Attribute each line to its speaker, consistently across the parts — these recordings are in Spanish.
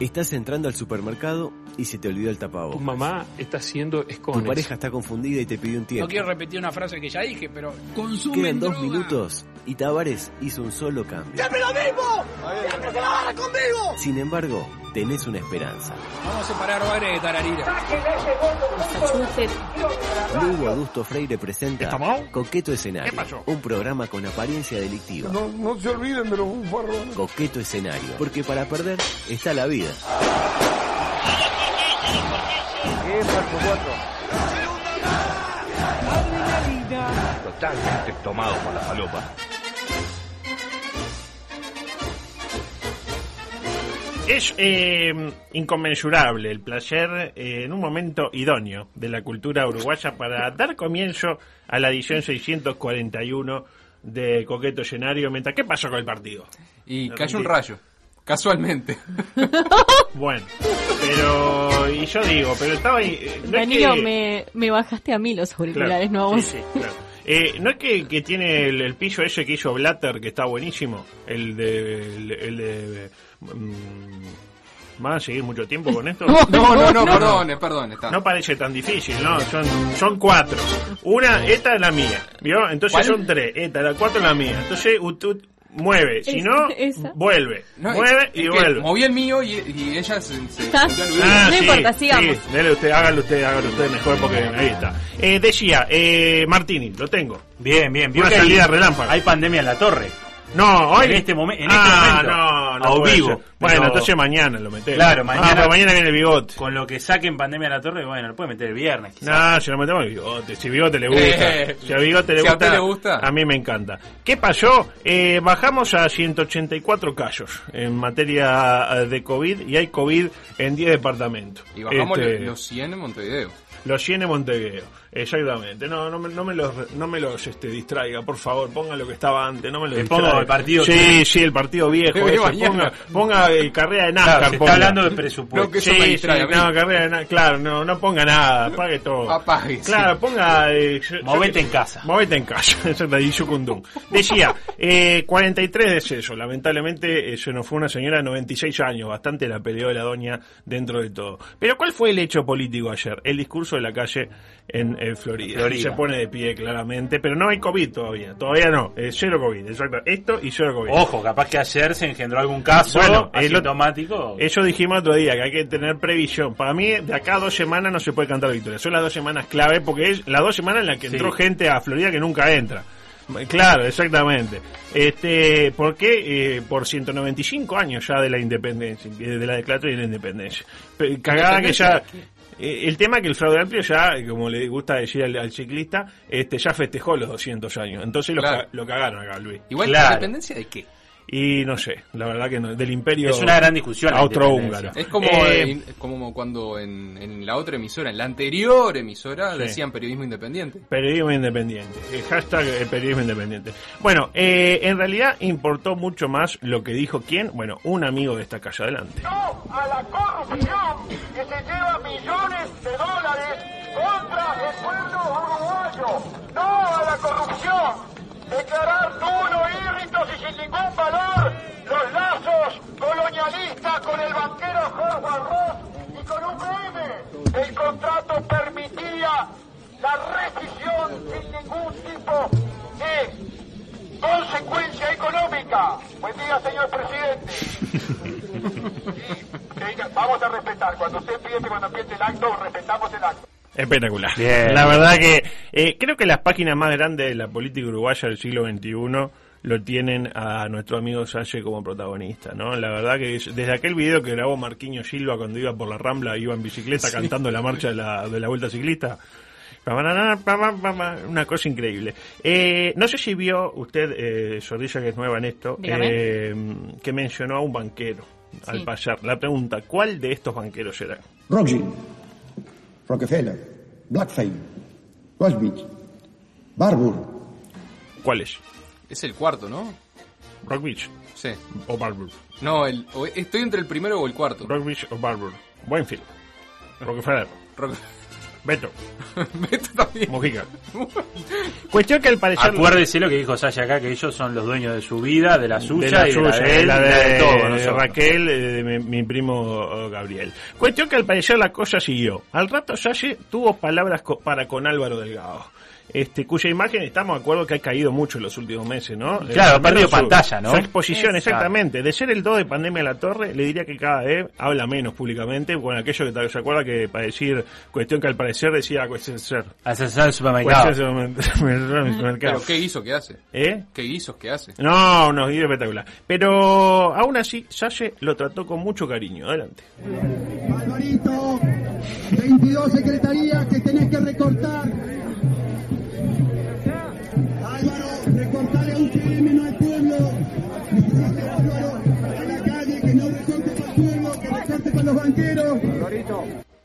Speaker 1: Estás entrando al supermercado y se te olvidó el
Speaker 2: Tu
Speaker 1: tapabocas.
Speaker 2: mamá está haciendo
Speaker 1: Tu
Speaker 2: escones.
Speaker 1: pareja está confundida y te pidió un tiempo.
Speaker 3: No quiero repetir una frase que ya dije, pero consumen
Speaker 1: Quedan dos
Speaker 3: droga.
Speaker 1: minutos y Tavares hizo un solo cambio. ¡Siempre lo mismo! ¡Siempre se la conmigo! Sin embargo, tenés una esperanza.
Speaker 3: Vamos a separar hogares de tararira.
Speaker 1: Lugo Adusto Freire presenta Coqueto Escenario. Un programa con apariencia delictiva.
Speaker 4: No, no se olviden de los bufarrones.
Speaker 1: Coqueto Escenario. Porque para perder está la vida.
Speaker 5: totalmente tomado por la falopa.
Speaker 6: Es eh, inconmensurable el placer eh, en un momento idóneo de la cultura uruguaya para dar comienzo a la edición 641 de Coqueto Escenario. Mientras, ¿qué pasó con el partido?
Speaker 7: Y
Speaker 6: De
Speaker 7: cayó un
Speaker 6: repente.
Speaker 7: rayo. Casualmente.
Speaker 6: Bueno, pero. Y yo digo, pero estaba ahí. eh, no es
Speaker 8: Danilo,
Speaker 6: que-
Speaker 8: me, me bajaste a mí los
Speaker 6: Claro,
Speaker 8: auriculares, no a vos.
Speaker 6: sí, sí, claro. Eh, ¿No es que, que tiene el, el piso ese que hizo Blatter, que está buenísimo? El de... El, el de mm, ¿Van a seguir mucho tiempo con esto?
Speaker 7: No, no, no, perdone, perdone. Está.
Speaker 6: No parece tan difícil, ¿no? Son, son cuatro. Una, esta es la mía, ¿vio? Entonces son tres, esta, la cuatro es la mía. Entonces usted mueve, si
Speaker 8: Es-
Speaker 6: no,
Speaker 8: esa.
Speaker 6: vuelve.
Speaker 7: No,
Speaker 6: mueve
Speaker 7: es-
Speaker 6: y
Speaker 7: es que
Speaker 6: vuelve.
Speaker 7: Moví el mío y, y ella se. se-
Speaker 8: Está.
Speaker 7: se olvidó.
Speaker 6: Ah,
Speaker 8: No
Speaker 6: sí,
Speaker 8: importa,
Speaker 6: sí,
Speaker 8: sigamos.
Speaker 6: dele usted, hágalo usted, hágalo usted mejor porque ahí está. Eh, decía, eh, Martini, lo tengo.
Speaker 9: Bien, bien.
Speaker 6: Una
Speaker 9: que
Speaker 6: salida
Speaker 9: hay,
Speaker 6: relámpago.
Speaker 9: hay pandemia en la torre.
Speaker 6: No, hoy.
Speaker 9: En este momen- en este
Speaker 6: ah,
Speaker 9: momento.
Speaker 6: No, no.
Speaker 9: A
Speaker 6: puede
Speaker 9: vivo.
Speaker 6: ser. Bueno,
Speaker 9: Pero-
Speaker 6: entonces mañana lo metemos.
Speaker 9: Claro, mañana-
Speaker 6: Ah, pero mañana viene el bigote.
Speaker 9: Con lo que saquen pandemia en la torre, bueno, lo puede meter el viernes. quizás.
Speaker 6: No, si lo metemos el bigote. Si bigote le gusta.
Speaker 7: Eh,
Speaker 6: si a bigote le
Speaker 7: si a
Speaker 6: gusta.
Speaker 7: usted le gusta.
Speaker 6: a mí me encanta. ¿Qué pasó? Eh, bajamos a 184 casos en materia eh, de COVID y hay COVID en 10 departamentos.
Speaker 7: Y bajamos
Speaker 6: Este,
Speaker 7: los- los 100 en Montevideo.
Speaker 6: Los 100 en Montevideo, exactamente. No, no me, no me los, no me los este, distraiga, por favor. Ponga lo que estaba antes, no me lo
Speaker 9: Le
Speaker 6: distraiga.
Speaker 9: pongo el partido
Speaker 6: Sí,
Speaker 9: que-
Speaker 6: sí, el partido viejo.
Speaker 7: Me
Speaker 6: ese.
Speaker 7: bañaron.
Speaker 6: Ponga, ponga eh, carrera de NASCAR.
Speaker 9: Claro, se está
Speaker 6: ponga.
Speaker 9: hablando de presupuesto.
Speaker 7: Lo que eso
Speaker 6: Sí,
Speaker 7: me
Speaker 6: sí,
Speaker 7: distrae a mí.
Speaker 6: no, carrera de NASCAR. Claro, no, no ponga nada. Apague todo.
Speaker 7: Apague, sí.
Speaker 6: Claro, ponga. eh, yo- yo-
Speaker 9: Movete en casa.
Speaker 6: Movete en casa. Esa es la de Yucundum. Decía, eh, 43 decesos. Lamentablemente eh, se nos fue una señora de 96 años. Bastante la peleó la doña dentro de todo. Pero ¿cuál fue el hecho político ayer? El discurso de la calle en eh, Florida.
Speaker 9: Florida.
Speaker 6: Y Se pone de pie claramente, pero no hay COVID todavía. Todavía no. Eh, cero COVID. Exacto. Esto y cero COVID.
Speaker 9: Ojo, capaz que ayer se engendró algún caso
Speaker 6: Bueno, el otro-
Speaker 9: asintomático.
Speaker 6: Eso dijimos otro día, que hay que tener previsión. Para mí, de acá a dos semanas no se puede cantar victoria. Son las dos semanas clave, porque es las dos semanas en las que
Speaker 9: Sí.
Speaker 6: entró gente a Florida que nunca entra. Claro, exactamente. Este, ¿Por qué? Eh, por 195 años ya de la independencia, de la declaratoria de la independencia. Pe- Cagada que ya... eh, El tema es que el fraude amplio ya, como le gusta decir al, al ciclista, este ya festejó los 200 años. Entonces lo,
Speaker 7: Claro.
Speaker 6: ca- lo cagaron acá, Luis.
Speaker 7: Igual,
Speaker 9: Claro.
Speaker 7: ¿la dependencia de qué?
Speaker 6: Y no sé, la verdad que no, del imperio...
Speaker 9: Es una gran discusión la
Speaker 6: Austrohúngaro.
Speaker 7: Es como,
Speaker 6: Eh,
Speaker 7: en- como cuando en, en la otra emisora, en la anterior emisora,
Speaker 6: Sí. Eh.
Speaker 7: decían periodismo independiente.
Speaker 6: Periodismo independiente. Eh, Hashtag eh, periodismo independiente. Bueno, eh, en realidad importó mucho más lo que dijo quién. Bueno, un amigo de esta calle adelante.
Speaker 10: a la corrupción que se lleva millones de dólares contra el pueblo uruguayo. No a la corrupción. Declarar nulos, írritos y sin ningún valor los lazos colonialistas con el banquero Jorge Ross y con UPM. El contrato permitía la rescisión sin ningún tipo de consecuencia económica. Buen día, señor presidente. Que Vamos a respetar. Cuando usted pide, cuando pide el acto, respetamos el acto.
Speaker 6: Espectacular.
Speaker 9: Bien.
Speaker 6: La verdad que eh, creo que las páginas más grandes de la política uruguaya del siglo XXI lo tienen a nuestro amigo Salle como protagonista, ¿no? La verdad que es- desde aquel video que grabó Marquinho Silva cuando iba por la Rambla, iba en bicicleta cantando la marcha de la, de la Vuelta Ciclista. Pa, pa, na, na, pa, pa, pa, pa, Una cosa increíble. Eh, no sé si vio usted, eh, Zorrilla, que es nueva en esto,
Speaker 8: Dígame.
Speaker 6: eh, que mencionó a un banquero al
Speaker 8: Sí.
Speaker 6: pasar. La pregunta, ¿cuál de estos banqueros será?
Speaker 11: Rothschild, Rockefeller, Blackfein, Westbridge, Barbour,
Speaker 6: ¿Cuál es?
Speaker 7: Es el cuarto, ¿no?
Speaker 6: ¿Rock Beach
Speaker 7: Sí.
Speaker 6: o Barbour?
Speaker 7: No, el, o- estoy entre el primero o el cuarto.
Speaker 6: Rockbridge o Barbour. Buenfield. Rockefeller.
Speaker 7: Rock-
Speaker 6: Beto,
Speaker 7: Beto Este también.
Speaker 6: Mujica. Cuestión que al parecer.
Speaker 9: Acuérdese lo que dijo Sasha acá, que ellos son los dueños de su vida, de la
Speaker 6: de
Speaker 9: suya
Speaker 6: la
Speaker 9: y de la
Speaker 6: suya,
Speaker 9: de él,
Speaker 6: la
Speaker 9: y la de todo,
Speaker 6: de
Speaker 9: nosotros.
Speaker 6: Raquel, eh, de mi, mi primo eh, Gabriel. Cuestión que al parecer la cosa siguió. Al rato Salle tuvo palabras co- para con Álvaro Delgado. Este, cuya imagen estamos de acuerdo que ha caído mucho en los últimos meses, ¿no?
Speaker 9: Claro,
Speaker 6: Eh,
Speaker 9: ha
Speaker 6: al menos
Speaker 9: perdido
Speaker 6: su-
Speaker 9: pantalla, ¿no?
Speaker 6: Su exposición,
Speaker 9: Exacto.
Speaker 6: exactamente. De ser el 2 de Pandemia a la Torre, le diría que cada vez habla menos públicamente, con aquello que tal- se acuerda que para decir cuestión que al parecer decía cuestión ser.
Speaker 9: Asesor del supermercado.
Speaker 6: Cuestión ser mercado.
Speaker 7: Pero ¿qué guisos que hace?
Speaker 6: ¿Eh?
Speaker 7: ¿Qué guisos que hace?
Speaker 6: No, no, video espectacular. Pero aún así, Salle lo trató con mucho cariño. Adelante.
Speaker 11: Alvarito, 22 secretarías que tenés que recortar. Álvaro, recortale a ustedes menos al pueblo. Álvaro, a la calle, que no recorte para el pueblo, que recorte para los banqueros.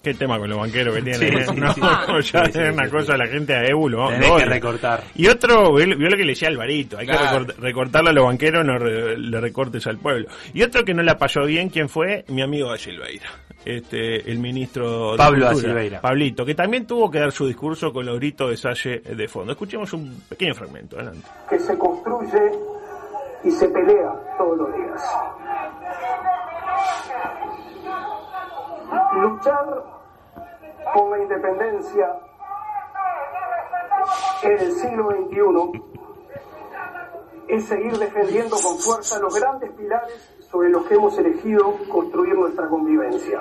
Speaker 6: Qué tema con los banqueros que
Speaker 9: Sí,
Speaker 6: tienen. ¿eh?
Speaker 9: sí,
Speaker 6: no,
Speaker 9: sí.
Speaker 6: ya
Speaker 9: Sí, sí,
Speaker 6: es
Speaker 9: sí,
Speaker 6: una
Speaker 9: sí,
Speaker 6: cosa
Speaker 9: sí.
Speaker 6: la gente a ébulo.
Speaker 9: Tenés que recortar.
Speaker 6: Y otro, vio vio lo que le decía Alvarito, hay que
Speaker 7: Claro.
Speaker 6: recort- recortarle a los banqueros, no re- le recortes al pueblo. Y otro que no la pasó bien, ¿quién fue? Mi amigo de Silveira. Este, el ministro de
Speaker 9: Pablo da
Speaker 6: Cultura,
Speaker 9: Silveira.
Speaker 6: Pablito, que también tuvo que dar su discurso con los gritos de Salle de fondo. Escuchemos un pequeño fragmento, adelante.
Speaker 2: que se construye y se pelea todos los días. Luchar por la independencia en el siglo XXI es seguir defendiendo con fuerza los grandes pilares sobre los que hemos elegido construir nuestra convivencia.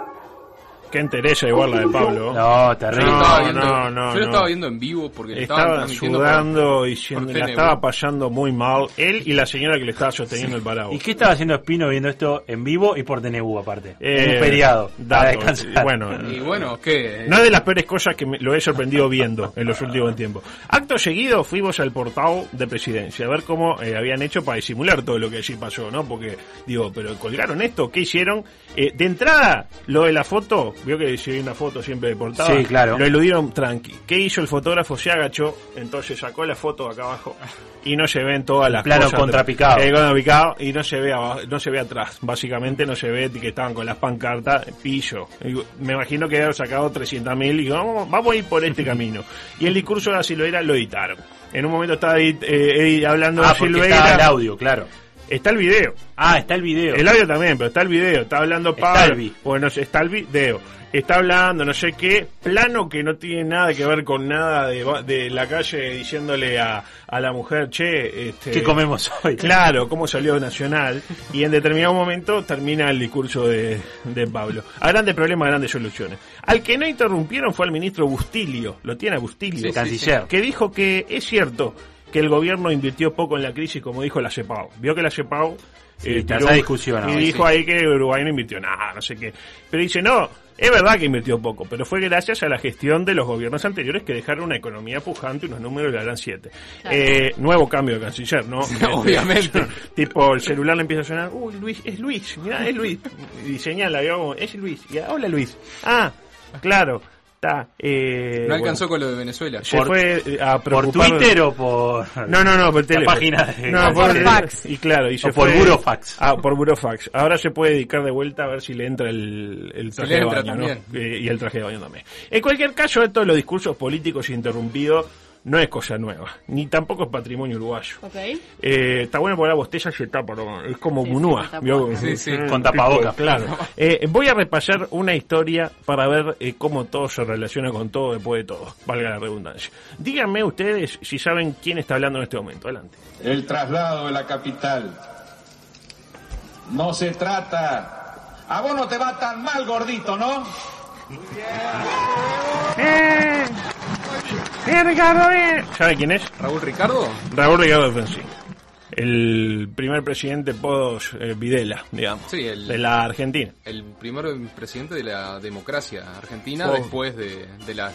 Speaker 6: Qué interés igual la de Pablo.
Speaker 9: No, terrible.
Speaker 6: No,
Speaker 7: Estaba viendo-
Speaker 6: no, no,
Speaker 7: yo lo
Speaker 6: no.
Speaker 7: estaba viendo en vivo porque le estaban
Speaker 6: Estaban
Speaker 7: transmitiendo por-
Speaker 6: sudando y
Speaker 7: por
Speaker 6: la
Speaker 7: TNV.
Speaker 6: estaba pasando muy mal. Él y la señora que le estaba sosteniendo el paraguas.
Speaker 9: ¿Y qué estaba haciendo Espino viendo esto en vivo y por DNU aparte?
Speaker 6: Eh,
Speaker 9: un feriado. para
Speaker 6: dato.
Speaker 9: descansar.
Speaker 6: Bueno,
Speaker 7: Y bueno, ¿qué?
Speaker 6: Eh, no es de las peores cosas que me- lo he sorprendido viendo en los últimos tiempos. Acto seguido fuimos al portal de presidencia a ver cómo eh, habían hecho para disimular todo lo que allí pasó, ¿no? Porque, digo, pero colgaron esto, ¿qué hicieron? Eh, de entrada, lo de la foto, vio que si hay una foto siempre de portada,
Speaker 9: Sí, claro.
Speaker 6: lo eludieron tranqui. ¿Qué hizo el fotógrafo? Se agachó, entonces sacó la foto acá abajo y no se ven todas las
Speaker 9: Plano
Speaker 6: cosas.
Speaker 9: contrapicado.
Speaker 6: Eh, bueno, ubicado y no se ve abajo- no se ve atrás básicamente no se ve que estaban con las pancartas pillo Digo, me imagino que habían sacado 300.000 mil y digo, vamos, vamos a ir por este camino y el discurso de la Silveira lo editaron en un momento estaba edit- eh, Eddie hablando
Speaker 9: ah,
Speaker 6: de
Speaker 9: porque
Speaker 6: Silveira
Speaker 9: está el audio, claro.
Speaker 6: Está el video
Speaker 9: Ah, está el video.
Speaker 6: el audio también, pero está el video, está hablando
Speaker 9: Está
Speaker 6: Pablo.
Speaker 9: el vi.
Speaker 6: Bueno, está el video. Está hablando, no sé qué, plano que no tiene nada que ver con nada de, va- de la calle diciéndole a, a la mujer, che, este,
Speaker 9: ¿Qué comemos hoy?
Speaker 6: Claro, cómo salió Nacional. Y en determinado momento termina el discurso de, de Pablo. A grandes problemas, grandes soluciones. Al que no interrumpieron fue al ministro Bustilio. Lo tiene a Bustilio.
Speaker 9: El canciller.
Speaker 6: Que dijo que es cierto que el gobierno invirtió poco en la crisis, como dijo la CEPAO. Vio que la CEPAO... eh,
Speaker 9: Sí, está
Speaker 6: tiró
Speaker 9: esa
Speaker 6: un-
Speaker 9: discusión
Speaker 6: y
Speaker 9: ahora,
Speaker 6: dijo ahí que Uruguay no invirtió nada, no sé qué. Pero dice, no, es verdad que invirtió poco, pero fue gracias a la gestión de los gobiernos anteriores que dejaron una economía pujante, unos números le harán siete. Eh, nuevo cambio de canciller, ¿no?
Speaker 7: Obviamente.
Speaker 6: tipo, el celular le empieza a sonar, uy, Luis, es Luis, mirá, es Luis. Y señala, digamos, es Luis. Y, Hola, Luis. Ah, claro, está. Eh,
Speaker 7: No alcanzó con lo de Venezuela.
Speaker 6: bueno, se fue eh, a
Speaker 9: ¿Por
Speaker 6: preocupar-
Speaker 9: Twitter o por.?
Speaker 6: no, no, no, por teléfono.
Speaker 9: página de-
Speaker 6: no,
Speaker 9: Por
Speaker 6: el-
Speaker 9: fax.
Speaker 6: Y claro, y se
Speaker 9: por
Speaker 6: fue-
Speaker 9: burofax.
Speaker 6: Ah, por burofax. Ahora se puede dedicar de vuelta a ver si le entra el, el traje
Speaker 7: le
Speaker 6: de
Speaker 7: entra
Speaker 6: baño,
Speaker 7: también.
Speaker 6: ¿no? Eh, Y el traje de baño también. En cualquier caso, esto de los discursos políticos interrumpidos no es cosa nueva, ni tampoco es patrimonio uruguayo.
Speaker 8: Ok.
Speaker 6: Eh, está bueno porque la botella se tapa, ¿no? es como
Speaker 8: Sí,
Speaker 6: Munúa.
Speaker 8: sí, con
Speaker 6: ¿vio?
Speaker 8: tapabocas.
Speaker 7: Sí, sí.
Speaker 6: Mm,
Speaker 9: Con
Speaker 6: tipo,
Speaker 9: tapabocas.
Speaker 6: Claro. Eh, voy a repasar una historia para ver eh, cómo todo se relaciona con todo después de todo, valga la redundancia. Díganme ustedes si saben quién está hablando en este momento. Adelante.
Speaker 10: El traslado de la capital. No se trata. A vos no te va tan mal, gordito, ¿no?
Speaker 6: ¿Sabe quién es?
Speaker 7: Raúl Ricardo,
Speaker 6: Raúl Ricardo Fensín. El primer presidente post eh, Videla, digamos,
Speaker 7: Sí, el-
Speaker 6: de la Argentina.
Speaker 7: el primer presidente de la democracia argentina
Speaker 6: Oh.
Speaker 7: después de, de la...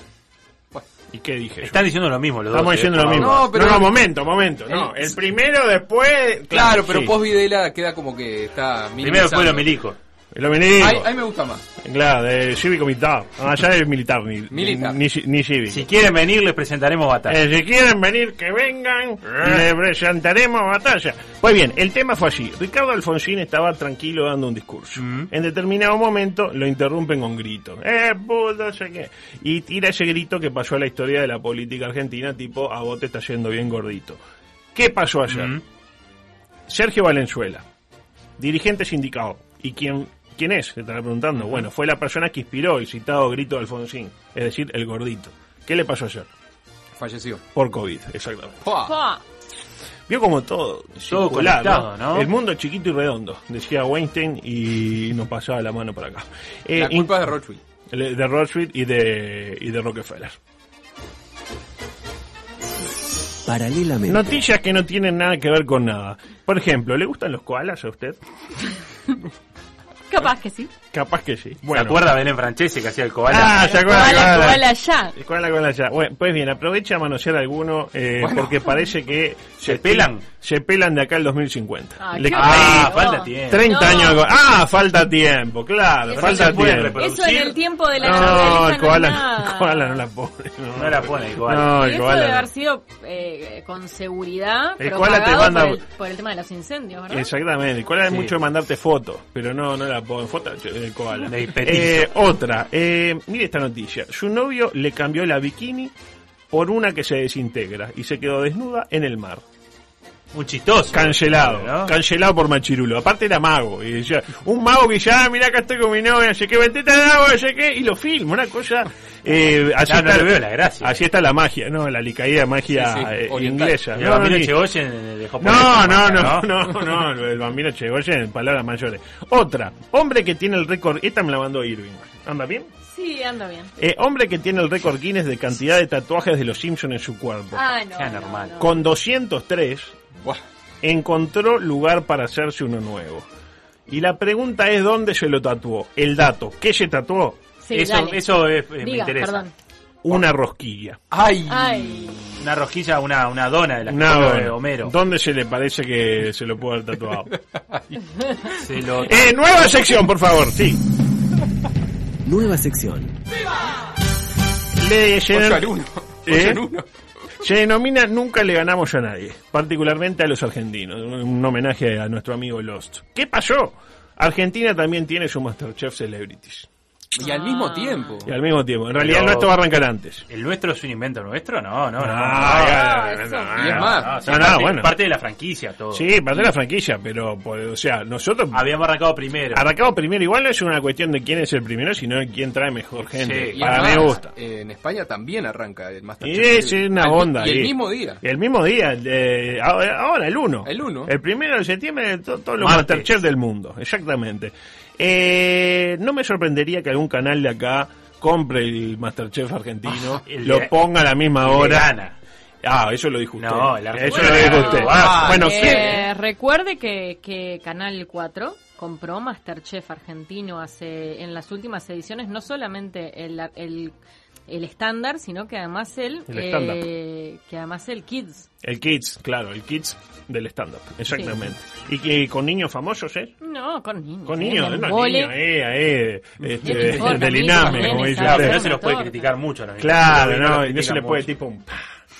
Speaker 7: Bueno,
Speaker 6: ¿Y qué dije yo?
Speaker 9: Están diciendo lo mismo los
Speaker 6: Estamos
Speaker 9: dos. eh,
Speaker 6: diciendo lo
Speaker 9: por
Speaker 6: mismo.
Speaker 9: favor.
Speaker 6: No,
Speaker 7: No, pero-
Speaker 6: no, momento, momento. No, el primero después...
Speaker 7: Claro, pero
Speaker 6: sí.
Speaker 7: post Videla queda como que está
Speaker 9: Primero
Speaker 7: minimizando.
Speaker 9: fue los milicos.
Speaker 6: Es lo mismo.
Speaker 7: Ahí, ahí me gusta más.
Speaker 6: Claro, de cívico militar. Ah, ya es militar, ni,
Speaker 7: Militar.
Speaker 6: ni, ci- ni cívico.
Speaker 9: Si quieren venir, les presentaremos batalla. Eh.
Speaker 6: Eh, si quieren venir, que vengan, le presentaremos batalla. Pues bien, el tema fue allí. Ricardo Alfonsín estaba tranquilo dando un discurso.
Speaker 9: Mm.
Speaker 6: En determinado momento lo interrumpen con grito. ¡Eh, puto, no sé qué! Y tira ese grito que pasó a la historia de la política argentina, tipo, a vos te está yendo bien gordito. ¿Qué pasó ayer?
Speaker 9: Mm.
Speaker 6: Sergio Valenzuela, dirigente sindical. ¿Y quién, quién es? Te estará preguntando.
Speaker 9: Mm.
Speaker 6: Bueno, fue la persona que inspiró el citado grito de Alfonsín, es decir, el gordito. ¿Qué le pasó ayer?
Speaker 7: Falleció.
Speaker 6: Por COVID, exactamente.
Speaker 7: ¡Pua!
Speaker 8: Pa.
Speaker 6: Vio como todo, circular,
Speaker 9: conectado, ¿no?
Speaker 6: El mundo es chiquito y redondo, decía Weinstein y nos pasaba la mano para acá. Eh,
Speaker 7: La culpa es de Rochwick.
Speaker 6: le- de Rothschild y de, y de Rockefeller.
Speaker 1: Paralelamente.
Speaker 6: Noticias que no tienen nada que ver con nada. Por ejemplo, ¿le gustan los koalas a usted?
Speaker 8: Capaz que sí.
Speaker 6: Capaz que sí.
Speaker 9: ¿Se acuerda Belén Francese que hacía el koala?
Speaker 6: Ah, se acuerda.
Speaker 8: Koala,
Speaker 6: koala.
Speaker 8: koala, ya.
Speaker 6: Koala, koala, ya. Bueno, pues bien, aprovecha a manosear alguno eh,
Speaker 7: Bueno.
Speaker 6: porque parece que
Speaker 9: ¿Se pelan?
Speaker 6: Se pelan de acá al 2050.
Speaker 8: Ah,
Speaker 6: Le
Speaker 8: qué
Speaker 6: cae
Speaker 9: Ah,
Speaker 8: No.
Speaker 9: falta tiempo.
Speaker 6: 30
Speaker 8: No.
Speaker 6: años. algo. Ah, falta tiempo, claro,
Speaker 8: Eso
Speaker 6: falta
Speaker 9: se puede
Speaker 6: tiempo.
Speaker 9: reproducir.
Speaker 8: Eso en el tiempo de la
Speaker 6: No,
Speaker 8: naturaleza
Speaker 6: el koala,
Speaker 8: nada.
Speaker 6: el koala no la pone.
Speaker 9: No la pone el koala.
Speaker 6: No,
Speaker 8: Y
Speaker 6: el
Speaker 8: eso debe
Speaker 6: koala.
Speaker 8: haber sido eh, con seguridad
Speaker 6: El koala
Speaker 8: propagado
Speaker 6: te manda-
Speaker 8: por, el, por el tema de los incendios,
Speaker 6: no.
Speaker 8: ¿verdad?
Speaker 6: Exactamente, el koala es
Speaker 9: Sí.
Speaker 6: mucho de mandarte fotos, pero no, no la pone. Foto el koala.
Speaker 9: Del petizo.
Speaker 6: Eh, otra, eh, mire esta noticia. Su novio le cambió la bikini por una que se desintegra y se quedó desnuda en el mar.
Speaker 9: Un chistoso.
Speaker 6: Cancelado,
Speaker 9: ¿no?
Speaker 6: cancelado por Machirulo. Aparte era mago. Y decía, un mago que ya, mira acá estoy con mi novia, sé que venteta de agua, no sé qué", y lo filma, una cosa. Eh, así,
Speaker 9: Ya Ah, no
Speaker 6: está,
Speaker 9: le veo la gracia.
Speaker 6: así está la magia, ¿no? La licaída magia
Speaker 7: Sí, sí,
Speaker 6: eh,
Speaker 7: oriental.
Speaker 6: inglesa.
Speaker 9: El
Speaker 6: No,
Speaker 9: Bambino
Speaker 6: ni-
Speaker 9: Echegoyen dejó poner
Speaker 6: no,
Speaker 9: esa
Speaker 6: no,
Speaker 9: marca,
Speaker 6: no, no, no, el bambino Chegoyen en palabras mayores. Otra, hombre que tiene el récord, esta me la mandó Irving. ¿Anda bien?
Speaker 8: Sí, anda bien.
Speaker 6: Eh, hombre que tiene el récord Guinness de cantidad de tatuajes de los Simpsons en su cuerpo.
Speaker 8: Ah, no.
Speaker 9: Ya
Speaker 8: no,
Speaker 9: normal.
Speaker 8: no.
Speaker 6: Con 203,
Speaker 7: Buah.
Speaker 6: encontró lugar para hacerse uno nuevo. Y la pregunta es dónde se lo tatuó. El dato, ¿qué se tatuó?
Speaker 8: Sí,
Speaker 9: eso
Speaker 8: dale.
Speaker 9: eso es- eh, me
Speaker 8: Diga,
Speaker 9: interesa.
Speaker 8: perdón.
Speaker 6: Una rosquilla.
Speaker 7: ¡Ay!
Speaker 8: Ay,
Speaker 9: Una rosquilla, una, una dona de la
Speaker 6: Nada,
Speaker 9: de Homero.
Speaker 6: ¿Dónde se le parece que se lo puede haber tatuado?
Speaker 9: Se lo-
Speaker 6: eh, nueva sección, por favor. Sí.
Speaker 1: Nueva sección.
Speaker 6: Le
Speaker 7: Ocho
Speaker 6: llenan-
Speaker 7: al uno.
Speaker 6: ¿Eh?
Speaker 7: Ocho al uno.
Speaker 6: Se denomina Nunca le ganamos a nadie, particularmente a los argentinos, un un homenaje a nuestro amigo Lost. ¿Qué pasó? Argentina también tiene su Masterchef Celebrities.
Speaker 7: Y al mismo tiempo.
Speaker 6: Y al mismo tiempo, en realidad
Speaker 9: Pero-
Speaker 6: no esto va a arrancar antes.
Speaker 9: ¿El nuestro es un invento nuestro? No, no, no.
Speaker 6: Ah,
Speaker 8: eso.
Speaker 6: no,
Speaker 7: Y es
Speaker 6: no,
Speaker 7: más,
Speaker 6: no,
Speaker 9: No, o sea,
Speaker 6: no, no,
Speaker 9: parte,
Speaker 6: bueno.
Speaker 9: parte de la franquicia todo.
Speaker 6: Sí, parte de la franquicia, pero, pues, o sea, nosotros
Speaker 9: Habíamos arrancado primero.
Speaker 6: arrancamos primero. Igual no es una cuestión de quién es el primero, sino de quién trae mejor gente.
Speaker 9: Sí,
Speaker 7: Y
Speaker 6: Para
Speaker 7: además,
Speaker 6: mí me gusta.
Speaker 7: eh, en España también arranca el
Speaker 9: eh,
Speaker 7: Masterchef.
Speaker 6: Y es una
Speaker 7: Al-
Speaker 6: onda.
Speaker 7: Y el
Speaker 6: ahí.
Speaker 7: mismo día.
Speaker 6: El mismo día, el de- ahora, ahora, el 1.
Speaker 7: El uno.
Speaker 6: El primero de septiembre, to- todos los
Speaker 9: Martes.
Speaker 6: Masterchef del mundo, exactamente. Eh, no me sorprendería que algún canal de acá compre el Masterchef argentino,
Speaker 9: Ah, el
Speaker 6: lo
Speaker 9: de-
Speaker 6: ponga a la misma hora.
Speaker 9: Gana.
Speaker 6: Ah, eso lo dijo usted.
Speaker 9: No, el
Speaker 6: eso
Speaker 9: argentino.
Speaker 6: lo dijo usted.
Speaker 9: Ah,
Speaker 6: bueno,
Speaker 8: eh,
Speaker 6: ¿quién?
Speaker 8: recuerde que, que Canal 4 compró Masterchef argentino hace en las últimas ediciones, no solamente el el el estándar, sino que además el,
Speaker 6: El
Speaker 8: eh, que además el kids.
Speaker 6: El Kids, claro, el Kids del stand-up, exactamente. Y que con niños famosos, ¿eh?
Speaker 8: No, con niños.
Speaker 6: Con
Speaker 8: eh,
Speaker 6: niños,
Speaker 8: el
Speaker 6: no,
Speaker 8: embole.
Speaker 6: niños, eh, eh, este,
Speaker 8: Tienen forma,
Speaker 6: del
Speaker 8: niños,
Speaker 6: INAME, como
Speaker 8: nenes,
Speaker 6: dice
Speaker 9: Claro,
Speaker 8: ¿sabes?
Speaker 9: pero no
Speaker 6: usted.
Speaker 9: se los puede
Speaker 8: Torta.
Speaker 9: criticar mucho. a los
Speaker 6: Claro,
Speaker 9: niños.
Speaker 6: no,
Speaker 9: los
Speaker 6: y no se le
Speaker 9: critican
Speaker 6: puede
Speaker 9: mucho.
Speaker 6: tipo un...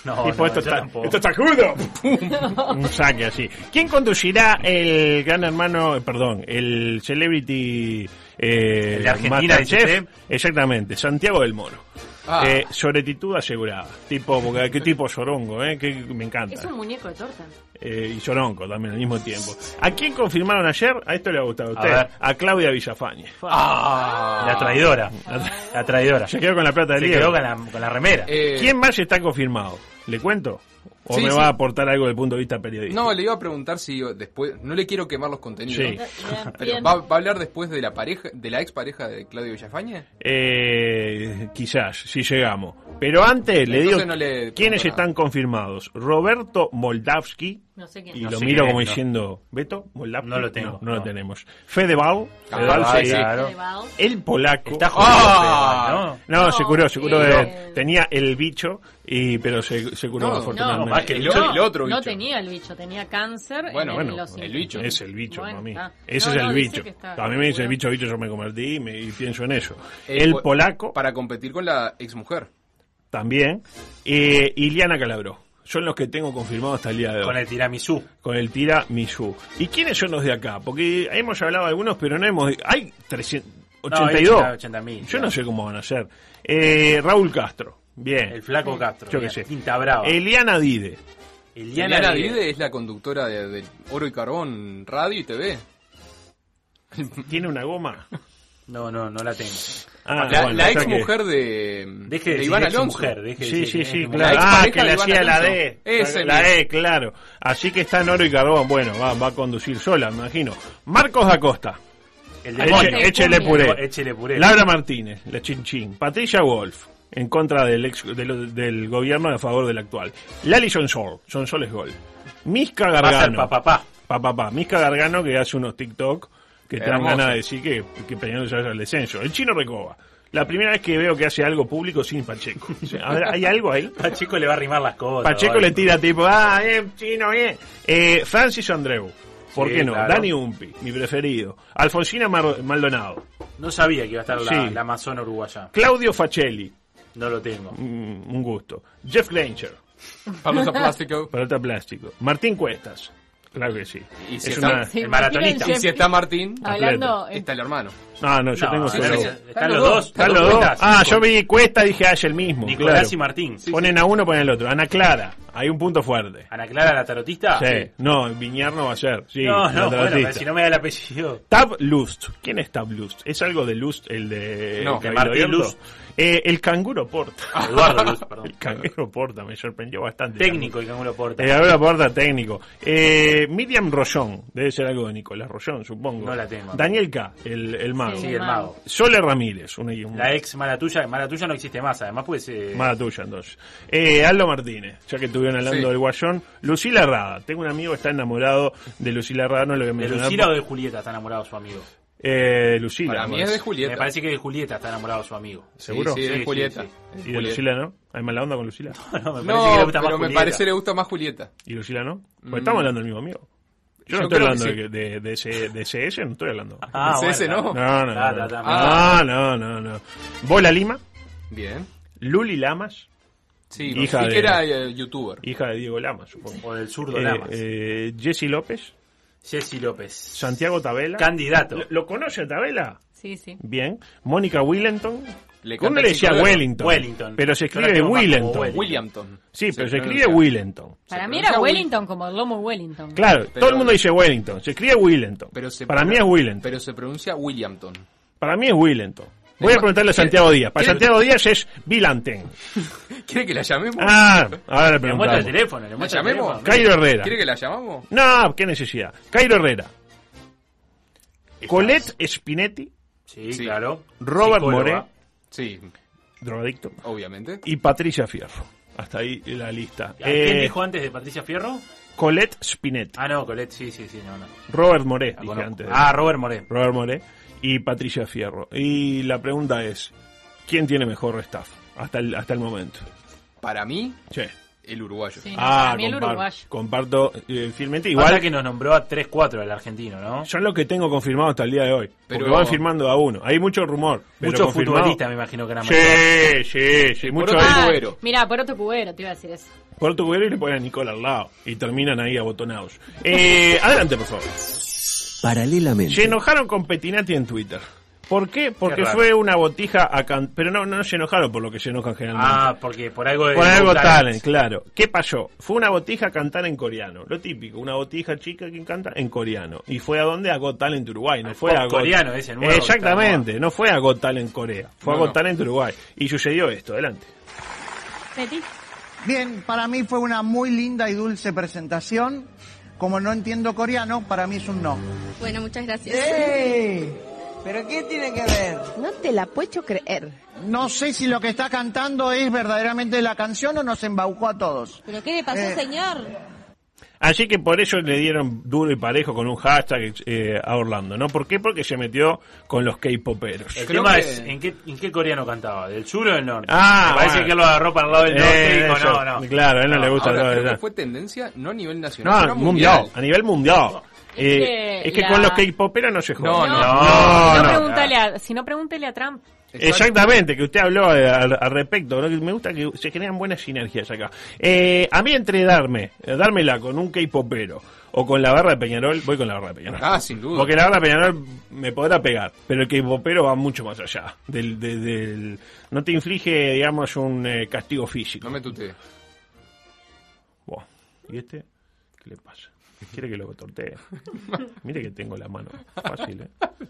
Speaker 9: No,
Speaker 6: tipo,
Speaker 9: no,
Speaker 6: esto,
Speaker 9: yo
Speaker 6: está,
Speaker 9: tampoco.
Speaker 6: esto está crudo. Pum. Un saque así. ¿Quién conducirá el gran hermano, eh, perdón, el celebrity eh,
Speaker 9: El de Argentina,
Speaker 6: Masterchef?
Speaker 9: dice usted.
Speaker 6: Exactamente, Santiago del Moro.
Speaker 7: Ah.
Speaker 6: Eh, soletitud asegurada. Tipo, porque qué tipo sorongo, ¿eh? Que me encanta.
Speaker 8: Es un muñeco de torta.
Speaker 6: Eh, y soronco también al mismo tiempo. ¿A quién confirmaron ayer? A esto le ha gustado a usted.
Speaker 9: ver.
Speaker 6: A, Claudia Villafañe.
Speaker 9: La traidora. La traidora.
Speaker 6: Se
Speaker 9: Se
Speaker 6: quedó con la plata del lío.
Speaker 9: quedó con la, con la remera.
Speaker 7: Eh,
Speaker 6: ¿Quién más está confirmado? ¿Le cuento? ¿O
Speaker 7: Sí,
Speaker 6: me
Speaker 7: sí.
Speaker 6: va a aportar algo desde el punto de vista periodístico?
Speaker 7: No, le iba a preguntar si después. No le quiero quemar los contenidos.
Speaker 6: Sí.
Speaker 8: Bien,
Speaker 7: Pero
Speaker 8: bien.
Speaker 7: ¿va, va a hablar después de la pareja, de la expareja de Claudio Villafañe?
Speaker 6: Eh, quizás, si llegamos. Pero antes le digo
Speaker 7: Eh, Entonces no le
Speaker 6: quiénes
Speaker 7: pregunto
Speaker 6: están confirmados. Roberto Moldavsky,
Speaker 8: No sé quién.
Speaker 6: y
Speaker 9: No
Speaker 6: lo
Speaker 9: sé
Speaker 6: miro
Speaker 9: quién es,
Speaker 6: como
Speaker 9: no.
Speaker 6: diciendo, ¿Beto? ¿Moldavsky?
Speaker 9: No lo tengo,
Speaker 6: No, no lo
Speaker 9: no.
Speaker 6: tenemos. Fedeval,
Speaker 7: Ah,
Speaker 6: Fedeval,
Speaker 7: ah,
Speaker 6: sí.
Speaker 7: sí.
Speaker 9: claro.
Speaker 8: Fedeval.
Speaker 6: el polaco.
Speaker 9: Está jodido,
Speaker 7: Ah.
Speaker 9: Fedeval, ¿no?
Speaker 6: no,
Speaker 8: No,
Speaker 6: se curó, se curó.
Speaker 8: bien.
Speaker 6: de- tenía el bicho, y pero se, se curó
Speaker 7: No, no,
Speaker 6: afortunadamente.
Speaker 9: No,
Speaker 6: Ah, que
Speaker 7: el,
Speaker 6: el otro-
Speaker 7: el otro bicho.
Speaker 8: No tenía el bicho, tenía cáncer.
Speaker 7: Bueno,
Speaker 8: en
Speaker 7: bueno,
Speaker 8: los
Speaker 7: el bicho.
Speaker 6: Es el bicho,
Speaker 8: Bueno,
Speaker 6: mami.
Speaker 8: está.
Speaker 6: Ese
Speaker 8: No,
Speaker 6: es
Speaker 8: no,
Speaker 6: el
Speaker 8: dice
Speaker 6: bicho.
Speaker 8: que está-
Speaker 6: a mí me dice
Speaker 8: bueno.
Speaker 6: el bicho, bicho, yo me convertí y, me- y pienso en eso.
Speaker 7: El
Speaker 6: El
Speaker 7: po-
Speaker 6: polaco
Speaker 7: Para competir con la exmujer.
Speaker 6: también. Eh, y Liana Calabró. Son los que tengo confirmado hasta el día de hoy.
Speaker 9: Con el tiramisú.
Speaker 6: con el tira Miyu. ¿Y quiénes son los de acá? Porque hemos hablado de algunos, pero no hemos... Hay 382.
Speaker 9: No, 80.000,
Speaker 6: Yo
Speaker 9: claro.
Speaker 6: no sé cómo van a ser. Eh, Raúl Castro. Bien.
Speaker 9: El flaco Castro.
Speaker 6: Yo qué
Speaker 9: bien,
Speaker 6: sé.
Speaker 9: Quinta Brava.
Speaker 6: Eliana Dide.
Speaker 9: Eliana
Speaker 7: Diana
Speaker 9: Diez.
Speaker 7: Dide es la conductora de, de Oro y Carbón Radio y TV.
Speaker 6: ¿Tiene una goma?
Speaker 9: No, no, no la tengo.
Speaker 6: Ah,
Speaker 7: la
Speaker 6: bueno, o sea
Speaker 7: ex
Speaker 6: que-
Speaker 7: mujer de,
Speaker 9: Deje de,
Speaker 7: de
Speaker 9: decir
Speaker 7: Iván
Speaker 9: ex
Speaker 7: Alonso.
Speaker 9: mujer, deje de
Speaker 6: Sí,
Speaker 9: decir
Speaker 6: sí, sí,
Speaker 9: ex mujer.
Speaker 6: claro.
Speaker 7: La
Speaker 6: Ah,
Speaker 7: expareja
Speaker 6: que le
Speaker 7: de Iván
Speaker 6: hacía la
Speaker 7: Alonso.
Speaker 6: D.
Speaker 7: Ese
Speaker 6: la
Speaker 7: mismo.
Speaker 6: E, claro. Así que está en oro y carbón. Bueno, va, va a conducir sola, me imagino. Marcos Acosta.
Speaker 9: El demonio.
Speaker 6: Eche- Échele puré.
Speaker 9: Échele puré.
Speaker 6: Laura Martínez, la chinchín. Patricia Wolf, en contra del, ex, del, del gobierno y a favor del actual. Lali Sonsol, Sonsol es gol. Misca
Speaker 9: Va a ser
Speaker 6: Gargano.
Speaker 9: papá. papá.
Speaker 6: Pa, pa, pa. Misca Gargano que hace unos TikTok que te dan
Speaker 7: Hermoso.
Speaker 6: ganas de decir que, que Peñarol se vaya al descenso. El chino Recoba. La primera vez que veo que hace algo público sin Pacheco. O sea, a ver, ¿Hay algo ahí?
Speaker 9: Pacheco le va a arrimar las cosas.
Speaker 6: Pacheco
Speaker 9: vale.
Speaker 6: le tira tipo, ah, eh, chino, bien. Eh, Francis Andreu. ¿Por
Speaker 9: Sí,
Speaker 6: qué no?
Speaker 9: claro.
Speaker 6: Dani Umpi, mi preferido. Alfonsina Mar- Maldonado.
Speaker 9: No sabía que iba a estar la,
Speaker 6: Sí.
Speaker 9: la Amazona uruguaya.
Speaker 6: Claudio Facelli,
Speaker 9: No lo tengo.
Speaker 6: Mm, un gusto. Jeff Glencher,
Speaker 7: Palota Plástico.
Speaker 6: pelota plástico. Martín Cuestas, claro que sí.
Speaker 7: Y si
Speaker 6: es
Speaker 7: está-
Speaker 6: una...
Speaker 8: Sí,
Speaker 9: el maratonista.
Speaker 7: Y
Speaker 8: Martín,
Speaker 7: si está Martín,
Speaker 8: Hablando,
Speaker 7: está el hermano.
Speaker 6: Ah, no, yo
Speaker 9: No,
Speaker 6: tengo
Speaker 9: sí,
Speaker 6: solo-
Speaker 9: sí,
Speaker 7: Cuestas.
Speaker 9: Están los dos.
Speaker 6: Están los dos.
Speaker 9: Cuestas.
Speaker 6: Ah, yo
Speaker 9: Nicolás-
Speaker 6: vi Cuesta y dije, ah, es el mismo.
Speaker 9: Nicolás
Speaker 6: claro.
Speaker 9: y Martín.
Speaker 6: Ponen a uno, ponen al otro. Ana Clara, hay un punto fuerte.
Speaker 9: Ana Clara, la tarotista.
Speaker 6: sí. No, Viñar no va a ser. Sí,
Speaker 9: Ah, No,
Speaker 6: la
Speaker 9: no, bueno,
Speaker 6: tarotista.
Speaker 9: pero si no me da el apellido.
Speaker 6: Tab Lust. ¿Quién es Tab Lust? ¿Es algo de Lust, el de
Speaker 7: No,
Speaker 6: el Cabildo
Speaker 9: Martín
Speaker 6: Abierto?
Speaker 9: Lust.
Speaker 6: Eh, el canguro porta.
Speaker 9: Eduardo Luz, perdón.
Speaker 6: El canguro porta, me sorprendió bastante.
Speaker 9: Técnico y Cangulo Porta.
Speaker 6: Eh, abre la puerta técnico. Eh, Miriam Rollón, debe ser algo de Nicolás Rollón, supongo.
Speaker 9: No la tengo.
Speaker 6: Daniel K, el, el mago.
Speaker 9: Sí, el mago.
Speaker 6: Sole Ramírez, una, una
Speaker 9: La ex mala tuya, mala tuya no existe más, además pues eh,
Speaker 6: mala tuya entonces. Eh, Aldo Martínez, ya que estuvieron hablando
Speaker 7: Sí.
Speaker 6: del guayón. Lucila Rada, tengo un amigo que está enamorado de Lucila Rada, no lo voy a
Speaker 9: de
Speaker 6: mencionar.
Speaker 9: Lucila o de Julieta está enamorado su amigo.
Speaker 6: Eh, Lucila.
Speaker 7: Para mí
Speaker 6: pues.
Speaker 7: es de Julieta.
Speaker 9: Me parece que de Julieta está enamorado su amigo.
Speaker 6: ¿Seguro?
Speaker 7: Sí, sí,
Speaker 9: Sí,
Speaker 7: es
Speaker 9: sí,
Speaker 7: Julieta. Es
Speaker 9: sí.
Speaker 6: Y de
Speaker 7: Julieta.
Speaker 6: Lucila, ¿no? ¿Hay mala onda con Lucila?
Speaker 9: No, me parece
Speaker 7: No,
Speaker 9: que le gusta
Speaker 7: pero
Speaker 9: más
Speaker 7: me
Speaker 9: Julieta.
Speaker 7: parece que le gusta más Julieta.
Speaker 6: ¿Y Lucila no? Porque
Speaker 7: Mm.
Speaker 6: estamos hablando del mismo amigo. Yo,
Speaker 7: Yo
Speaker 6: no estoy
Speaker 7: creo que
Speaker 6: hablando de,
Speaker 7: sí.
Speaker 6: que- de, de ese- de CS, no estoy hablando.
Speaker 9: Ah,
Speaker 7: Es ese,
Speaker 9: bueno,
Speaker 7: ¿no?
Speaker 6: No, no,
Speaker 9: Ta,
Speaker 6: no.
Speaker 9: ta, ta.
Speaker 6: Ah, no, no, no. Bola Lima,
Speaker 7: Bien.
Speaker 6: Luli Lamas,
Speaker 7: Sí,
Speaker 6: Hija
Speaker 7: sí
Speaker 6: de-
Speaker 7: que era eh, youtuber.
Speaker 6: hija de Diego Lamas, supongo.
Speaker 9: O del zurdo
Speaker 6: Eh,
Speaker 9: Lamas.
Speaker 6: eh, Jesse López,
Speaker 9: Jessy López.
Speaker 6: Santiago Tabela.
Speaker 9: Candidato.
Speaker 6: ¿Lo, lo conoce a Tabela?
Speaker 8: Sí, sí.
Speaker 6: Bien. Mónica Willington.
Speaker 7: Le
Speaker 6: ¿Cómo
Speaker 7: canta
Speaker 6: le
Speaker 7: el
Speaker 6: decía
Speaker 7: chico de-
Speaker 6: Wellington?
Speaker 9: Wellington.
Speaker 6: Pero se
Speaker 9: Yo la
Speaker 6: escribe
Speaker 9: tengo más como
Speaker 6: Willington.
Speaker 9: Wellington.
Speaker 7: Williamton.
Speaker 6: Sí, pero se escribe
Speaker 7: pronuncia.
Speaker 6: Willington.
Speaker 8: Para
Speaker 7: Se
Speaker 8: mí era
Speaker 7: pronuncia
Speaker 8: Wellington como el lomo Wellington.
Speaker 6: Claro,
Speaker 7: Pero-
Speaker 6: todo el mundo dice Wellington. Se escribe Wellington.
Speaker 7: Pero se
Speaker 6: Para mí es
Speaker 7: pronuncia-
Speaker 6: Wellington.
Speaker 7: Pero se pronuncia Williamton.
Speaker 6: Para mí es Wellington. Voy a preguntarle a Santiago Díaz. Para Santiago Díaz es Vilanten.
Speaker 7: ¿Quiere que la llamemos?
Speaker 6: Ah, ahora le
Speaker 9: Le muestra el
Speaker 6: preguntamos.
Speaker 9: teléfono, le muestra el
Speaker 7: llamemos?
Speaker 9: teléfono.
Speaker 6: Cairo Herrera.
Speaker 7: ¿Quiere que la llamamos?
Speaker 6: No, qué necesidad. Cairo Herrera. Colette Spinetti.
Speaker 9: Sí,
Speaker 7: Sí.
Speaker 9: claro.
Speaker 6: Robert
Speaker 9: Psicóloga.
Speaker 6: Moré.
Speaker 7: Sí,
Speaker 6: Drogadicto.
Speaker 7: obviamente.
Speaker 6: Y Patricia Fierro. Hasta ahí la lista.
Speaker 9: ¿A ¿Quién
Speaker 6: Eh,
Speaker 9: dijo antes de Patricia Fierro?
Speaker 6: Colette Spinetti.
Speaker 9: Ah, no, Colette, sí, sí, sí, no, no.
Speaker 6: Robert Moré,
Speaker 9: La
Speaker 6: dije
Speaker 9: conozco.
Speaker 6: antes.
Speaker 9: Ah, Robert Moré.
Speaker 6: Robert Moré. Y Patricia Fierro. Y la pregunta es, ¿quién tiene mejor staff hasta el, hasta el momento?
Speaker 7: Para mí,
Speaker 6: Che.
Speaker 7: el uruguayo.
Speaker 8: Sí, no,
Speaker 6: Ah,
Speaker 8: para mí el
Speaker 6: compar-
Speaker 8: uruguayo.
Speaker 6: comparto eh, fielmente.
Speaker 9: Igual
Speaker 6: Igual
Speaker 9: que nos nombró a 3-4 el argentino, ¿no?
Speaker 6: son los que tengo confirmado hasta el día de hoy. Porque
Speaker 7: Pero-
Speaker 6: van firmando a uno. Hay mucho rumor. pero
Speaker 9: Muchos
Speaker 6: confirmado-
Speaker 9: futbolistas me imagino que eran
Speaker 6: Sí, sí, sí. Mucho
Speaker 7: otro
Speaker 6: es-
Speaker 7: lado-
Speaker 8: Ah,
Speaker 7: Cubero.
Speaker 8: mirá, por otro cubero, te iba a decir eso.
Speaker 6: Por tu cubero y le ponen a Nicole al lado. Y terminan ahí abotonados. Eh, adelante, por favor.
Speaker 1: Paralelamente.
Speaker 6: Se enojaron con Petinati en Twitter. ¿Por qué? Porque
Speaker 9: raro.
Speaker 6: fue una botija a can- Pero no, no se enojaron por lo que se enojan generalmente.
Speaker 9: Ah, porque por algo de-
Speaker 6: Por algo
Speaker 9: Talent.
Speaker 6: talent, claro. ¿Qué pasó? Fue una botija a cantar en coreano. Lo típico, una botija chica que canta en coreano. ¿Y fue a dónde? A Got Talent Uruguay. No
Speaker 9: Al
Speaker 6: fue
Speaker 9: pop
Speaker 6: a Got-
Speaker 9: coreano ese nuevo que está de
Speaker 6: Exactamente, no fue a Got Talent Corea. Fue a
Speaker 7: No,
Speaker 6: Got
Speaker 7: no.
Speaker 6: Talent Uruguay. Y sucedió esto, adelante.
Speaker 8: Betty.
Speaker 11: Bien, para mí fue una muy linda y dulce presentación. Como no entiendo coreano, para mí es un no.
Speaker 5: Bueno, muchas gracias.
Speaker 11: ¿Pero qué tiene que ver?
Speaker 5: No te la puedo creer.
Speaker 11: No sé si lo que está cantando es verdaderamente la canción o nos embaucó a todos.
Speaker 5: ¿Pero qué le pasó,
Speaker 11: Eh.
Speaker 5: señor?
Speaker 6: Así que por eso le dieron duro y parejo con un hashtag eh, a Orlando, ¿no? ¿Por qué? Porque se metió con los K-poperos.
Speaker 9: El tema es, ¿en qué, ¿en qué coreano cantaba? ¿Del sur o del norte?
Speaker 6: Ah,
Speaker 9: Me parece
Speaker 6: bueno.
Speaker 9: que él lo agarró para el lado del norte y
Speaker 6: Eh,
Speaker 9: dijo,
Speaker 6: eso.
Speaker 9: no, no.
Speaker 6: Claro, a él no, le gusta el lado
Speaker 7: Ahora, creo
Speaker 6: del
Speaker 7: que
Speaker 6: norte.
Speaker 7: fue tendencia no a nivel nacional,
Speaker 6: No,
Speaker 7: sino
Speaker 6: mundial. a nivel mundial. Eh,
Speaker 8: que
Speaker 6: Es que,
Speaker 8: la-
Speaker 6: con los K-poperos no se juega.
Speaker 7: No, no.
Speaker 8: Si
Speaker 6: no,
Speaker 8: no,
Speaker 6: no.
Speaker 8: pregúntale a- si no, pregúntele a Trump.
Speaker 6: Exactamente, que usted habló eh, al, al respecto. ¿no? Que Me gusta que se generan buenas sinergias acá. Eh, a mí entre darme, eh, dármela con un K-popero o con la barra de Peñarol, voy con la barra de Peñarol.
Speaker 7: Ah, sin duda.
Speaker 6: Porque la barra de Peñarol me podrá pegar, pero el K-popero va mucho más allá. Del, del- del- no te inflige, digamos, un eh, castigo físico.
Speaker 7: No me tutees.
Speaker 6: Buah, ¿Y este? ¿Qué le pasa? ¿Quiere que lo tortee? Mire que tengo la mano fácil, ¿eh?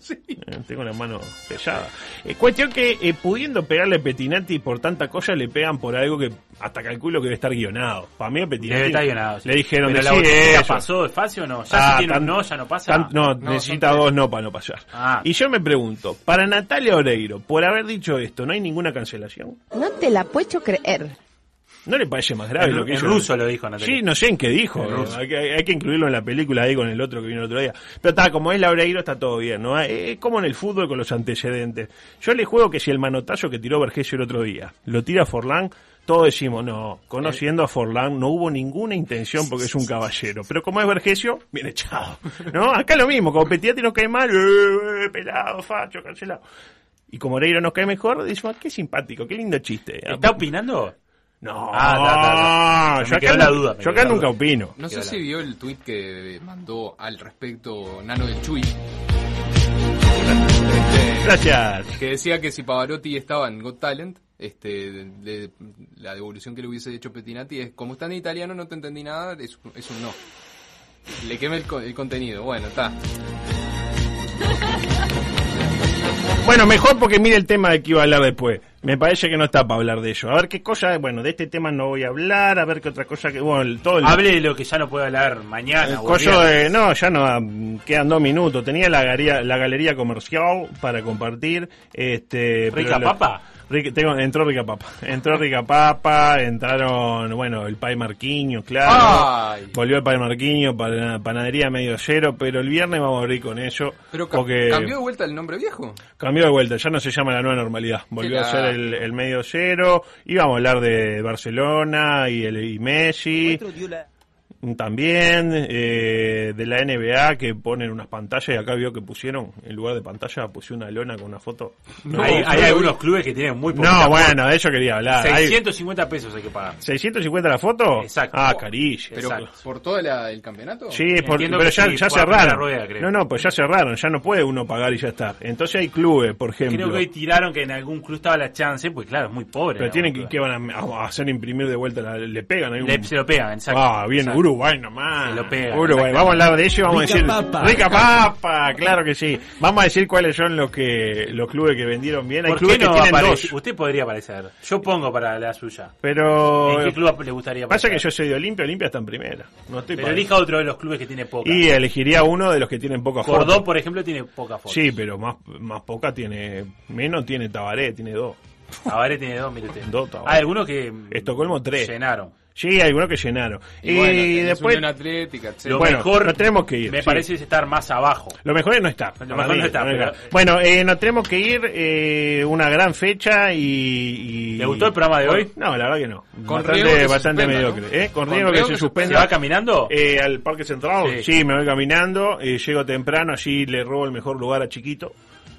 Speaker 6: Eh, Tengo la mano pesada. Eh, cuestión que eh, pudiendo pegarle a Petinati por tanta cosa, le pegan por algo que hasta calculo que debe estar guionado. Para mí a Petinati
Speaker 9: Debe estar guionado, sí.
Speaker 6: le dijeron
Speaker 9: Pero la
Speaker 6: "Decí
Speaker 9: botella
Speaker 6: eso".
Speaker 9: pasó, ¿es fácil o no? Ya
Speaker 6: Ah,
Speaker 9: si tiene
Speaker 6: tan-
Speaker 9: un no, ya no pasa.
Speaker 6: tan- no, necesita dos no para no pasar.
Speaker 9: Ah.
Speaker 6: Y yo me pregunto, para Natalia Oreiro, por haber dicho esto, ¿no hay ninguna cancelación?
Speaker 5: No te la puedo creer.
Speaker 6: ¿No le parece más grave
Speaker 9: En-
Speaker 6: lo que
Speaker 9: en
Speaker 6: hizo?
Speaker 9: ruso lo dijo Natalia.
Speaker 6: Sí, no sé en qué dijo.
Speaker 9: En
Speaker 6: eh,
Speaker 9: ruso.
Speaker 6: Hay, que- hay que incluirlo en la película ahí con el otro que vino el otro día. Pero está, como es Laureiro está todo bien, ¿no? Eh, Es como en el fútbol con los antecedentes. Yo le juego que si el manotazo que tiró Vergesio el otro día lo tira Forlán, todos decimos, no, conociendo a Forlán no hubo ninguna intención porque es un caballero. Pero como es Vergesio, bien echado. ¿No? Acá lo mismo, como Petiati nos cae mal, eh, eh, pelado, facho, cancelado. Y como Oreiro nos cae mejor, decimos, ah, qué simpático, qué lindo chiste.
Speaker 9: ¿Está opinando?
Speaker 6: No,
Speaker 9: Ah, da, da, da.
Speaker 6: yo
Speaker 9: Me
Speaker 6: acá,
Speaker 9: quedó la
Speaker 6: nu-
Speaker 9: duda, me
Speaker 6: yo
Speaker 9: quedó
Speaker 6: acá
Speaker 9: la
Speaker 6: nunca
Speaker 9: duda.
Speaker 6: opino.
Speaker 7: No sé si vio el tuit que mandó al respecto Nano del Chuy.
Speaker 6: Gracias.
Speaker 7: que decía que si Pavarotti estaba en Got Talent, este, de- de- la devolución que le hubiese hecho Petinati es, como está en italiano, no te entendí nada, es, es un no. Le queme el, co- el contenido, bueno, está.
Speaker 6: Bueno, mejor porque mire el tema de que iba a hablar después. Me parece que no está para hablar de ello. A ver qué cosa, bueno, de este tema no voy a hablar, a ver qué otra cosa que, bueno, el- todo el...
Speaker 9: Hable de lo que ya no puede hablar
Speaker 6: el
Speaker 9: mañana. o el
Speaker 6: coso
Speaker 9: viernes.
Speaker 6: de- no, ya no, mm, quedan dos minutos. Tenía la galería, la galería comercial para compartir. Este,
Speaker 9: ¿Rica
Speaker 6: pero lo-
Speaker 9: Papa?
Speaker 6: Rica- tengo- entró Rica Papa. Entró Rica Papa, entraron, bueno, el Pai Marquiño, claro.
Speaker 9: Ah,
Speaker 7: Ay.
Speaker 6: Volvió el Pai Marquiño, para- panadería medio cero, pero el viernes vamos a abrir con ello.
Speaker 7: Pero ca-
Speaker 6: porque-
Speaker 7: cambió de vuelta el nombre viejo.
Speaker 6: Cambió de vuelta, ya no se llama la nueva normalidad. Volvió a
Speaker 7: Claro.
Speaker 6: ser el, el medio cero. Íbamos a hablar de Barcelona y, el, y Messi. También eh, de la NBA que ponen unas pantallas y acá vio que pusieron, en lugar de pantalla, pusieron una lona con una foto.
Speaker 7: No,
Speaker 9: hay hay
Speaker 7: no,
Speaker 9: algunos clubes que tienen muy poquita
Speaker 6: No,
Speaker 9: plata.
Speaker 6: bueno, de eso quería hablar. Hay-
Speaker 9: 650 pesos hay que pagar.
Speaker 6: ¿650 la foto?
Speaker 9: Exacto.
Speaker 6: Ah, carilla.
Speaker 7: Pero
Speaker 9: Exacto.
Speaker 7: por todo la- el campeonato.
Speaker 6: Sí, por-
Speaker 9: Entiendo
Speaker 6: pero
Speaker 9: que
Speaker 6: ya,
Speaker 9: sí,
Speaker 6: ya
Speaker 9: fue a primera
Speaker 6: cerraron.
Speaker 9: rueda, creo.
Speaker 6: no, no, pues ya cerraron, ya no puede uno pagar y ya está. Entonces hay clubes, por ejemplo.
Speaker 9: Creo que hoy tiraron que en algún club estaba la chance, pues claro, es muy pobre.
Speaker 6: Pero
Speaker 9: la
Speaker 6: tienen que,
Speaker 9: verdad.
Speaker 6: que van a, a hacer imprimir de vuelta, la- le pegan ahí
Speaker 9: Le-
Speaker 6: un-
Speaker 9: se lo pegan, exacto.
Speaker 6: Ah, bien,
Speaker 9: exacto.
Speaker 6: Uruguay nomás.
Speaker 9: Se lo pegan,
Speaker 6: Uruguay,
Speaker 9: exacto.
Speaker 6: vamos a hablar de ello y vamos a
Speaker 1: Rica
Speaker 6: decir...
Speaker 1: papa.
Speaker 6: ¡Rica papa! Claro que sí. Vamos a decir cuáles son los que los clubes que vendieron bien. Hay
Speaker 9: ¿Por
Speaker 6: clubes
Speaker 9: qué
Speaker 6: que
Speaker 9: no
Speaker 6: tienen
Speaker 9: aparece?
Speaker 6: dos. Eh,
Speaker 9: Usted podría aparecer. Yo pongo para la suya.
Speaker 6: Pero...
Speaker 9: ¿En qué club le gustaría
Speaker 6: Pasa
Speaker 9: aparecer?
Speaker 6: que yo soy de Olimpia, Olimpia está en primera. No estoy
Speaker 9: Pero
Speaker 6: para-
Speaker 9: elija otro de los clubes que tiene poca.
Speaker 6: Y elegiría uno de los que tienen poca
Speaker 9: Cordó,
Speaker 6: foto.
Speaker 9: por ejemplo, tiene poca foto.
Speaker 6: Sí, pero más, más poca tiene... Menos tiene Tabaré, tiene dos.
Speaker 9: Ahora tiene dos, mire usted.
Speaker 6: Dos, está bueno.
Speaker 9: Hay algunos que.
Speaker 6: Estocolmo, tres.
Speaker 9: Llenaron.
Speaker 6: Sí, hay algunos que llenaron. Y,
Speaker 7: Y, bueno, tenés
Speaker 6: después...
Speaker 7: Unión Atlética, etc.
Speaker 9: Lo
Speaker 6: Bueno,
Speaker 9: mejor.
Speaker 6: nos tenemos que ir,
Speaker 9: Me
Speaker 6: sí.
Speaker 9: parece es estar más abajo.
Speaker 6: Lo mejor es no estar.
Speaker 9: Lo mejor es no estar, pero-
Speaker 6: Bueno, eh, nos tenemos que ir eh, una gran fecha y, y-
Speaker 9: ¿Le gustó el programa de hoy?
Speaker 6: No, la verdad que no.
Speaker 7: Con riesgo que
Speaker 6: bastante
Speaker 7: se
Speaker 6: bastante
Speaker 7: suspenda,
Speaker 6: mediocre.
Speaker 7: ¿no?
Speaker 6: ¿eh? Con,
Speaker 7: Con
Speaker 6: riesgo que
Speaker 7: riesgo
Speaker 6: se
Speaker 7: que se
Speaker 9: ¿Se
Speaker 6: suspenda.
Speaker 9: va caminando?
Speaker 6: Eh, ¿Al Parque Central? Sí.
Speaker 9: Sí.
Speaker 6: me voy caminando. eh, llego temprano, allí le robo el mejor lugar a Chiquito.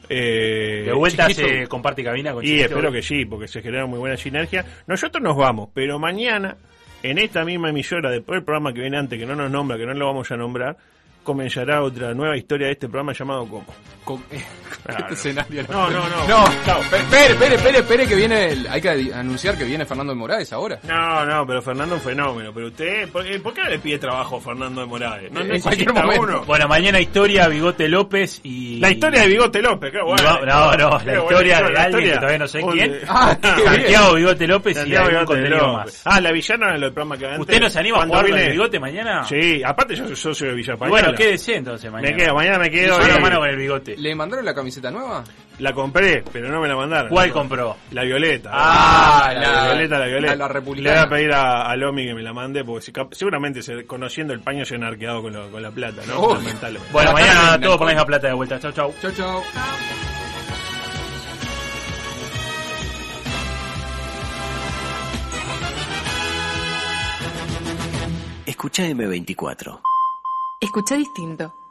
Speaker 6: Eh,
Speaker 9: de vuelta
Speaker 6: Chiquito.
Speaker 9: se comparte cabina con
Speaker 6: Y
Speaker 9: Chiquito.
Speaker 6: espero que sí, porque se genera muy buena sinergia. Nosotros nos vamos, pero mañana, en esta misma emisora, después del programa que viene antes, que no nos nombra, que no lo vamos a nombrar, comenzará otra nueva historia de este programa llamado ¿Cómo?
Speaker 7: Con- con
Speaker 6: Claro.
Speaker 7: este escenario.
Speaker 6: No, no, no.
Speaker 7: No,
Speaker 6: Chao.
Speaker 7: pe- espere, espere, espere, espere, que viene el- Hay que adi- anunciar que viene Fernando de Morales ahora.
Speaker 6: No, no, pero Fernando un fenómeno. Pero usted, ¿por, eh, por qué no le pide trabajo a Fernando de Morales? No
Speaker 7: En cualquier
Speaker 6: necesita
Speaker 7: momento.
Speaker 6: uno.
Speaker 9: Bueno, mañana historia, Bigote López y.
Speaker 6: La historia de Bigote López, qué bueno.
Speaker 9: No, no, no,
Speaker 6: Qué
Speaker 9: la
Speaker 6: buena
Speaker 9: historia de
Speaker 6: la
Speaker 9: alguien
Speaker 6: historia.
Speaker 9: que todavía no sé
Speaker 6: Un-
Speaker 9: quién.
Speaker 7: Ah, qué bien.
Speaker 9: Santiago Bigote López
Speaker 6: Santiago
Speaker 9: y algún
Speaker 6: Bigote
Speaker 9: contenido
Speaker 6: López.
Speaker 9: más.
Speaker 6: Ah, la villana en el programa que antes.
Speaker 9: ¿Usted nos anima a
Speaker 6: Cuando
Speaker 9: jugar con el
Speaker 6: viene-
Speaker 9: bigote mañana?
Speaker 6: Sí, aparte yo soy socio de Villa
Speaker 9: Y Ah. bueno,
Speaker 6: Española.
Speaker 9: quédese entonces mañana.
Speaker 6: Me quedo, mañana me quedo.
Speaker 9: Mano a
Speaker 6: eh,
Speaker 9: mano con el bigote.
Speaker 7: ¿Le mandaron la camiseta nueva?
Speaker 6: La compré, pero no me la mandaron.
Speaker 9: ¿Cuál compró?
Speaker 6: La violeta.
Speaker 9: Ah,
Speaker 6: la,
Speaker 9: la-
Speaker 6: violeta, la violeta.
Speaker 9: la- la
Speaker 6: Le
Speaker 9: republicana.
Speaker 6: voy a pedir a, a Lomi que me la mande, porque si cap- seguramente se- conociendo el paño se han arqueado con, lo- con la plata, ¿no?
Speaker 9: Obvio.
Speaker 6: Lamentablemente.
Speaker 9: Bueno, mañana todo por la misma plata de vuelta. Chau, chau.
Speaker 7: Chau, chau.
Speaker 1: Escucha M24.
Speaker 12: Escucha distinto.